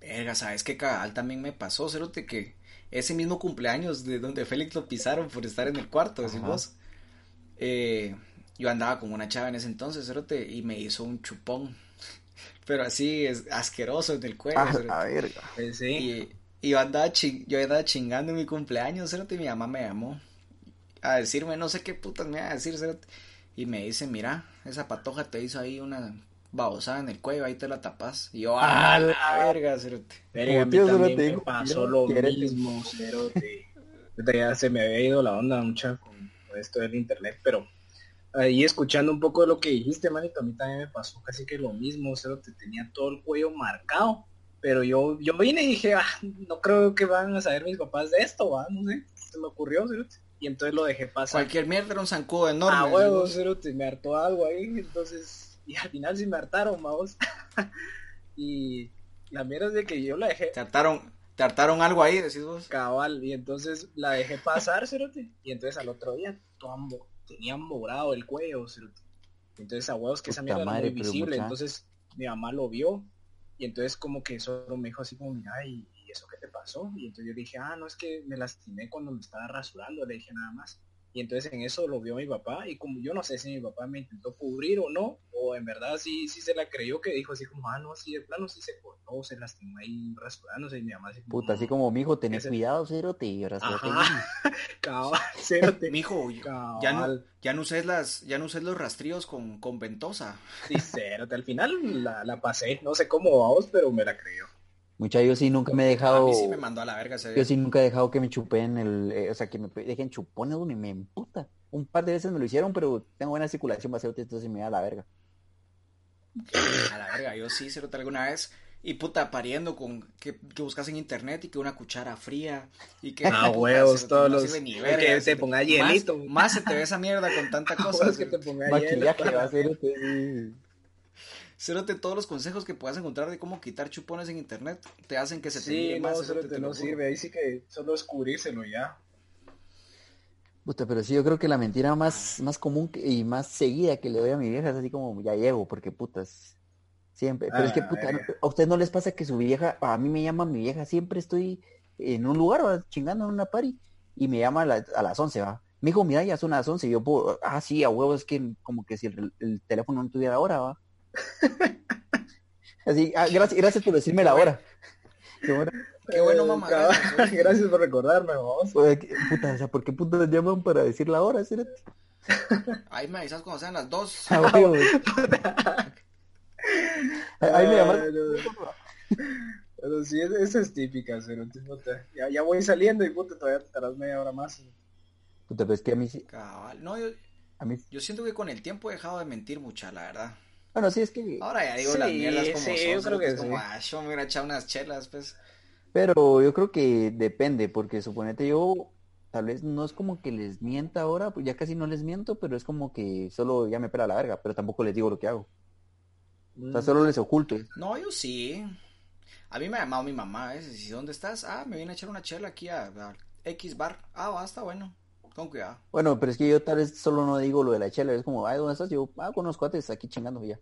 Verga, ¿sabes qué cagal también me pasó? Cerote, que ese mismo cumpleaños de donde Félix lo pisaron por estar en el cuarto, decís Ajá. vos. eh, yo andaba con una chava en ese entonces, Cerote, y me hizo un chupón. Pero así, es asqueroso en el cuello, Ah, cerote. la verga. Pues sí. Y, y yo, andaba chi- yo andaba chingando en mi cumpleaños, cerote, y mi mamá me llamó a decirme, no sé qué putas me iba a decir, cerote. Y me dice, mira, esa patoja te hizo ahí una babosada en el cuello, ahí te la tapas. Y yo, ¡ah, la verga, cerote! Verga, a mí Putío, solo también te me digo, pasó mira, lo quiérete. mismo, cerote. Puta, Ya se me había ido la onda mucha con esto del internet, pero ahí escuchando un poco de lo que dijiste, manito, a mí también me pasó casi que lo mismo, cerote. Tenía todo el cuello marcado, pero yo, yo vine y dije, ah, no creo que van a saber mis papás de esto, va, no sé, se me ocurrió, cerote. Y entonces lo dejé pasar. Cualquier mierda era un zancudo enorme. Ah, decís huevo, vos. cerote, me hartó algo ahí, entonces, y al final sí me hartaron, vamos. y la mierda es de que yo la dejé Te hartaron, te hartaron algo ahí, decís vos. cabal, y entonces la dejé pasar, cerote, y entonces al otro día, toda mo- tenía morado el cuello, cerote. Entonces a huevos que esa Puta mierda era madre, muy pero visible, mucha- entonces mi mamá lo vio, y entonces como que solo me dijo así como, mira, ¿y, y eso qué te pasó? Y entonces yo dije, ah, no, es que me lastimé cuando me estaba rasurando, le dije nada más. Y entonces en eso lo vio mi papá y como yo no sé si mi papá me intentó cubrir o no, o en verdad sí, sí se la creyó que dijo así como, ah, no, sí, de plano sí se cortó, se lastimó ahí rasurándose y mi mamá así como, Puta, así "No". como, mijo, tené Ese- cuidado, cerote, y rasurate Ajá. bien. Cabal, cerote. Mijo, ya ya no, Cabal. ya no uses las, ya no uses los rastrillos con, con ventosa. Sí, cerote. Al final la, la pasé. No sé cómo vamos, pero me la creyó. Mucha, yo sí nunca me he A dejado, mí sí me mandó eh. a la verga ese yo día. sí nunca he dejado que me chupen el, eh, o sea, que me pe- dejen chupones, güey, me emputa. Un par de veces me lo hicieron, pero tengo buena circulación, va entonces me da la verga. A la verga, yo sí, cerote, alguna vez. Y puta, pariendo con que, que buscas en internet y que una cuchara fría y que Ah, puta, huevos, cerote, todos no los- sirve ni que verga, te cerote. ponga Más- hielito. Más, se te ve esa mierda con tanta cosa. Cosas que te cerote. ponga Maquillaje va a hielo. ser este, Cerote, todos los consejos que puedas encontrar de cómo quitar chupones en internet te hacen que se te Sí, mire no, más. cerote, cerote, te lo no juro. sirve. Ahí sí que solo es cubrírselo ya. Puta, pero sí, yo creo que la mentira más, más común que- y más seguida que le doy a mi vieja es así como, ya llego, porque putas, siempre. Pero es que, Ah, puta, verga. ¿a ustedes no les pasa que su vieja, a mí me llama mi vieja, siempre estoy en un lugar, ¿va? chingando en una party, y me llama a, la- a las 11, va. Me dijo, mira, ya son las 11, y yo, puedo, ah, sí, a huevo, es que como que si el, el teléfono no tuviera hora, va. Así, "Ah, gracias, gracias por decirme la hora. Qué bueno. Qué bueno, Eh, mamá. cabal, gracias, cerote. Gracias por recordarme, vamos. Puta, qué- pues, puta, o sea, ¿por qué putas llaman para decir la hora? cerote? Ahí me avisas cuando sean las dos. A huevo. Ahí me llamaron. Pero sí, es- esa es típica, cerote. puta. Ya, ya voy saliendo y puta, todavía te tardas media hora más. Puta, pero es que a mí, sí- Cabal. No, yo, a mí... yo siento que con el tiempo he dejado de mentir mucha, la verdad. Bueno, sí, es que... Ahora ya digo Sí, las mierdas como sí, son. yo creo cerote, es que como, sí. ah, yo me hubiera echado unas chelas, pues. Pero yo creo que depende, porque suponete yo... Tal vez no es como que les mienta ahora, pues ya casi no les miento, pero es como que solo ya me pela la verga, pero tampoco les digo lo que hago. O sea, solo les oculto. No, yo sí. A mí me ha llamado mi mamá a veces. ¿Y dónde estás? Ah, me viene a echar una chela aquí a, a X bar. Ah, va, está bueno. Con cuidado. Bueno, pero es que yo tal vez solo no digo lo de la chela, es como, ay, ¿dónde estás? Yo, ah, con los cuates aquí chingando y ya.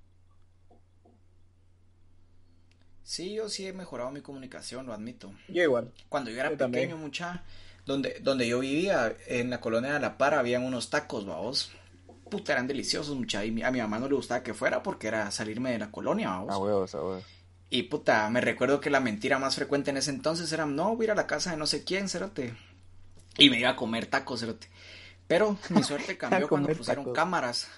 Sí, yo sí he mejorado mi comunicación, lo admito. Yo igual. Cuando yo era Yo también. pequeño, mucha, donde, donde yo vivía, en la colonia de La Para, habían unos tacos, babos. Puta, eran deliciosos, mucha. Y mi- a mi mamá no le gustaba que fuera porque era salirme de la colonia, babos. Ah, A huevos, a huevos. Y puta, me recuerdo que la mentira más frecuente en ese entonces era, no, voy a ir a la casa de no sé quién, cerote. Y me iba a comer tacos, cerote. Pero mi suerte cambió cuando comer pusieron tacos. cámaras.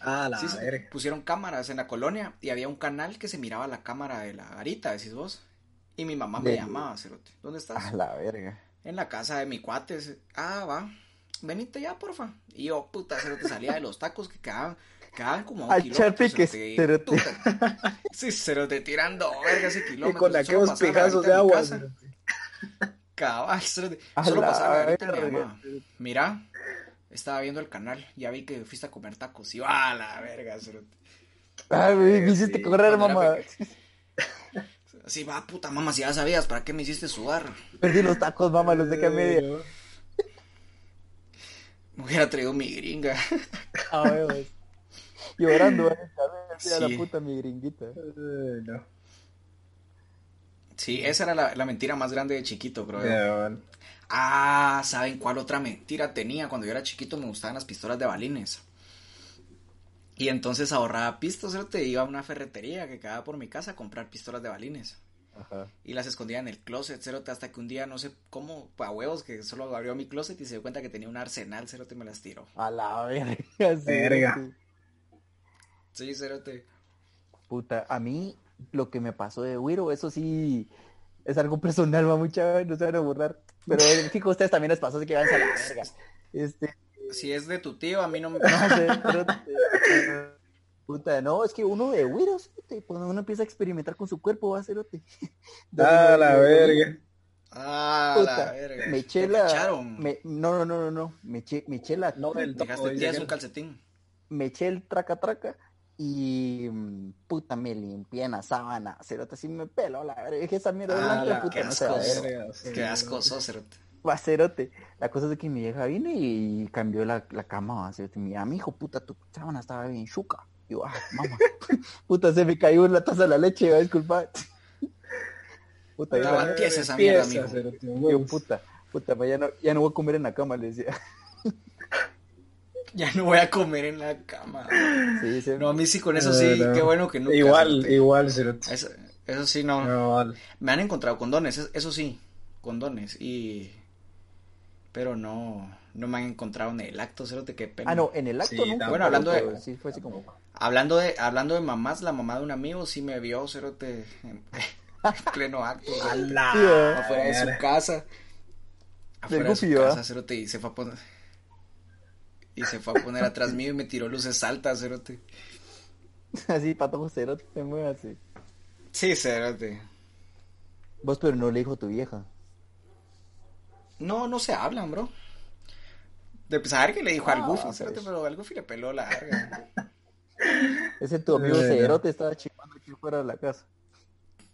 Ah, la Sí, se- verga. pusieron cámaras en la colonia y había un canal que se miraba la cámara de la garita, decís vos. Y mi mamá me De- llamaba, cerote. ¿Dónde estás? A la verga. En la casa de mi cuates. Ah, va. Venite ya, porfa. Y yo, puta, cerote, salía de los tacos que quedaban Cagaban como a un Al kilómetro, Charpi que cerote, y cerote. puta. Sí, cerote, tirando verga ese Y kilómetro. con aquellos pasaba pijazos ahorita de en mi agua. casa. cerote. Cabal, cerote. A Solo la pasaba ahorita en mi verga. mamá. Mira, estaba viendo el canal, ya vi que fuiste a comer tacos. Y yo, a la verga, cerote. Ay, me, me hiciste Sí, correr, cuando era mamá. Así va, puta mamá, si ya sabías, ¿para qué me hiciste sudar? Perdí los tacos, mamá, los dejé a media. Pero- Me hubiera traído mi gringa. Ah, huevos. Llorando, güey. A Sí. la puta, mi gringuita. Ay, no. Sí, esa era la, la mentira más grande de chiquito, creo. yo. Cabal. Ah, ¿saben cuál otra mentira tenía? Cuando yo era chiquito me gustaban las pistolas de balines. Y entonces ahorraba pistos, te iba a una ferretería que quedaba por mi casa a comprar pistolas de balines. Ajá. Y las escondía en el closet, cerote, hasta que un día, no sé cómo, a huevos, que solo abrió mi closet y se dio cuenta que tenía un arsenal, cerote, y me las tiró. A la verga. sí, Verga. sí. Sí, cerote. Puta, a mí lo que me pasó de Wiro, eso sí es algo personal, va mucha, no se van a borrar. Pero eh, chicos, ustedes también les pasó, así que váyanse a la verga. Este, Si es de tu tío, a mí no me... no sé, pero, eh, puta, no, es que uno de Wiro, cerote, cuando uno empieza a experimentar con su cuerpo, va a cerote. A la verga. Ah, la Puta, verga. me Te eché la. cacharon. me- no, no, no, no, no. Me eché, me eché la. No del todo. Dejaste dice tieso que- un calcetín. me eché el traca traca y mm, puta me limpié en la sábana, cerote así me peló la verga, es que esa mierda blanca, Ah, la- puta, qué no se va a ver. asco. Verga, sí, Qué no. Eh. asco, sos, cerote. Va, cerote. La cosa es de que mi vieja vino y cambió la, la cama, va, cerote. Mi mi hijo, puta, tu sábana estaba bien chuca. Y yo, ah, mamá. puta, se me cayó la taza de la leche, va, disculpa. puta, yo, Estaba la- Verga, tiesa esa mierda, tiesa, mijo. cerote, yo, huevos. puta, puta, ma, ya no, ya no voy a comer en la cama, le decía. Ya no voy a comer en la cama. Sí, se- No, a mí sí con eso No, sí, Eh, no. qué bueno que nunca. Igual, Ah. cerote. igual, cerote. Eso, eso sí, no. No, vale. Me han encontrado condones, es- eso sí, condones. Y. Pero no, no me han encontrado en el acto, cerote, qué pena. Ah, no, en el acto Sí, nunca. tampoco. Bueno, hablando de- Ah. pero Sí, fue así como. Hablando de, hablando de mamás, la mamá de un amigo sí me vio, cerote, en, en pleno acto. cerote. Sí, va. afuera de su casa. Afuera de su Goofy, ¿verdad? ¿eh? casa, Cerote, y se fue a poner. Y se fue a poner atrás mío y me tiró luces altas, Cerote. Así, patojo cerote, te mueve así. Sí, Cerote. Vos, pero no le dijo tu vieja. No, no se hablan, bro. De pensar que le dijo al Ah, Goofy, pues. Cerote, pero al Goofy le peló la verga. Ese tu amigo Eh, no. cerote estaba chingando aquí fuera de la casa.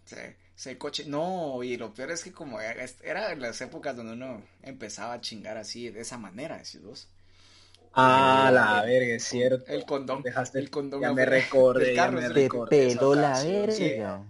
Se, se coche. No, y lo peor es que como era, era en las épocas donde uno empezaba a chingar así, de esa manera, decís vos. Ah, la verga, es cierto. El condón. Dejaste el condón. Ya me afuera recordé, del ya carro, me cerote. Te recordé. esa peló la ocasión, sí. verga.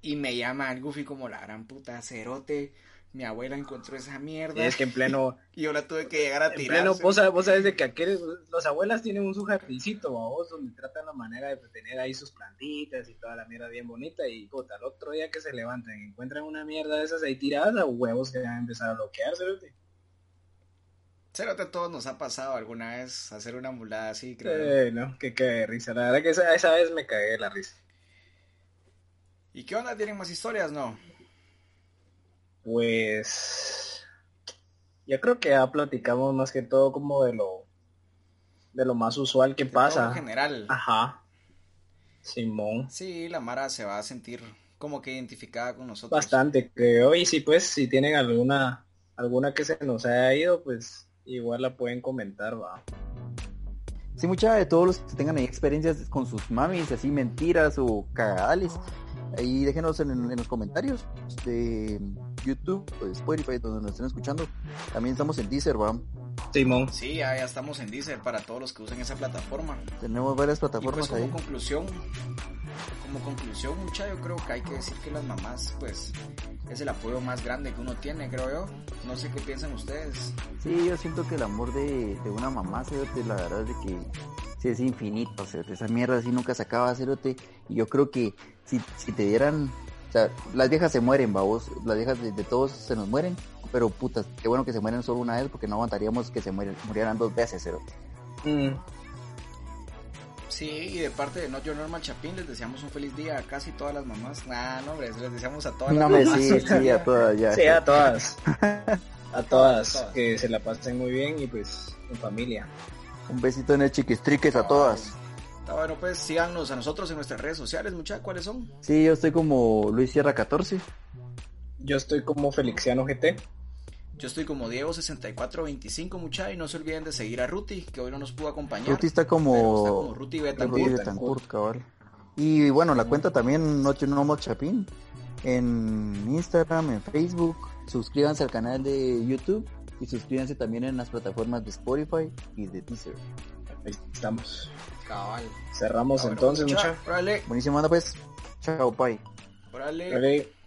Y me llama el Goofy como la gran puta cerote. Mi abuela encontró esa Y mierda. es que en pleno, Y yo la tuve que llegar a en tirar. pleno, cerote. vos sabes, vos sabes de que aquel, los abuelas tienen un su jardincito, vos, donde tratan la manera de tener ahí sus plantitas y toda la mierda bien bonita y puta, el otro día que se levantan y encuentran una mierda de esas ahí tiradas a huevos que van a empezar a bloquear, cerote. Cerote, a todos nos ha pasado alguna vez hacer una mulada así, creo. Eh, no, que cae de risa, la verdad que esa, esa vez me cagué de la risa. ¿Y qué onda? ¿Tienen más historias? No. Pues yo creo que ya platicamos más que todo como de lo de lo más usual que De todo en pasa. Ah, general. Ajá. Simón. Sí, la Mara se va a sentir como que identificada con nosotros. Bastante, creo. Y si pues, si tienen alguna, alguna que se nos haya ido, pues igual la pueden comentar, va. Sí, mucha de todos los que tengan ahí experiencias con sus mamis, así mentiras o cagadales, ahí déjenos en, en los comentarios de YouTube, o de Spotify, donde nos estén escuchando. También estamos en Deezer, ¿va? Simón. Sí, ya, ya estamos en Deezer para todos los que usan esa plataforma. Tenemos varias Y pues plataformas como ahí. conclusión, como conclusión mucha, yo creo que hay que decir que las mamás pues es el apoyo más grande que uno tiene, creo yo. No sé qué piensan ustedes. Sí, yo siento que el amor de, de una mamá, cerote, la verdad es de que sí, es infinito, cerote. Esa mierda así nunca se acaba, cerote. Y yo creo que si, si te dieran... O sea, las viejas se mueren, babos. Las viejas de, de todos se nos mueren. Pero putas, qué bueno que se mueren solo una vez porque no aguantaríamos que se mueren, murieran dos veces, cerote. Mm, Sí, y de parte de Not Your Normal Chapín les deseamos un feliz día a casi todas las mamás. Nah, no hombre, les deseamos a todas No las me mamás. sí, feliz sí, día. a todas ya. Sí, a todas. A todas. todas. Que se la pasen muy bien y pues en familia. Un besito en el chiquistriques a todas. Está bueno, pues síganos a nosotros en nuestras redes sociales, muchachos. ¿Cuáles son? Sí, yo estoy como Luis Sierra 14. Yo estoy como Felixiano GT. Yo estoy como Diego6425, muchachos. Y no se olviden de seguir a Ruti, que hoy no nos pudo acompañar. Ruti está pero está como como... Ruti Ruti Betancourt. Betancourt, cabal. Y bueno, la cuenta también Noche No More Chapín. En Instagram, en Facebook. Suscríbanse al canal de YouTube. Y suscríbanse también en las plataformas de Spotify y de Deezer. Ahí estamos. Cabal. Cerramos Está bueno, entonces, mucha. muchachos. Órale, Buenísimo, anda pues. Chao, bye. órale. Dale.